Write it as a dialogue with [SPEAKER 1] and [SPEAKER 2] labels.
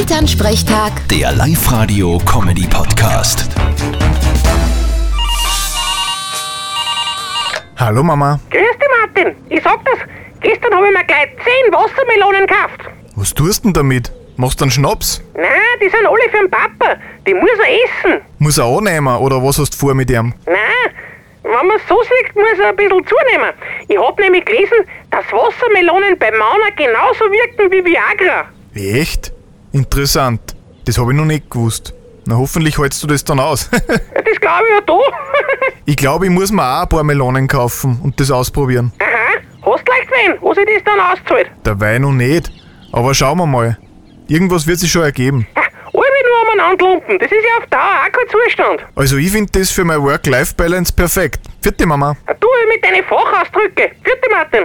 [SPEAKER 1] Elternsprechtag,
[SPEAKER 2] Der Live-Radio-Comedy-Podcast.
[SPEAKER 3] Hallo Mama,
[SPEAKER 4] Grüß dich, Martin. Ich sag das, gestern habe ich mir gleich 10 Wassermelonen gekauft.
[SPEAKER 3] was tust denn damit? Machst einen Schnaps?
[SPEAKER 4] Nein, die sind alle für den Papa. Die muss er essen.
[SPEAKER 3] Muss er annehmen oder was hast du vor mit ihm?
[SPEAKER 4] Nein, wenn man so sieht, muss er ein bisschen zunehmen. Ich hab nämlich gelesen, dass Wassermelonen bei Mauna genauso wirken wie Viagra.
[SPEAKER 3] Echt? Interessant. Das habe ich noch nicht gewusst. Na hoffentlich hältst du das dann aus.
[SPEAKER 4] Ja, Das glaube ich ja da.
[SPEAKER 3] ich glaube, ich muss mir auch ein paar Melonen kaufen und das ausprobieren.
[SPEAKER 4] Aha, hast leicht wen, wo sich das dann auszahlt.
[SPEAKER 3] Dabei noch nicht. Aber schauen wir mal. Irgendwas wird sich schon ergeben.
[SPEAKER 4] Ja, Alle nur umeinander lumpen, das ist ja auf Dauer auch kein Zustand.
[SPEAKER 3] Also ich finde das für meine Work-Life-Balance perfekt. Vierte Mama.
[SPEAKER 4] Ja, Du mit deinen Fachausdrücken. Vierte Martin.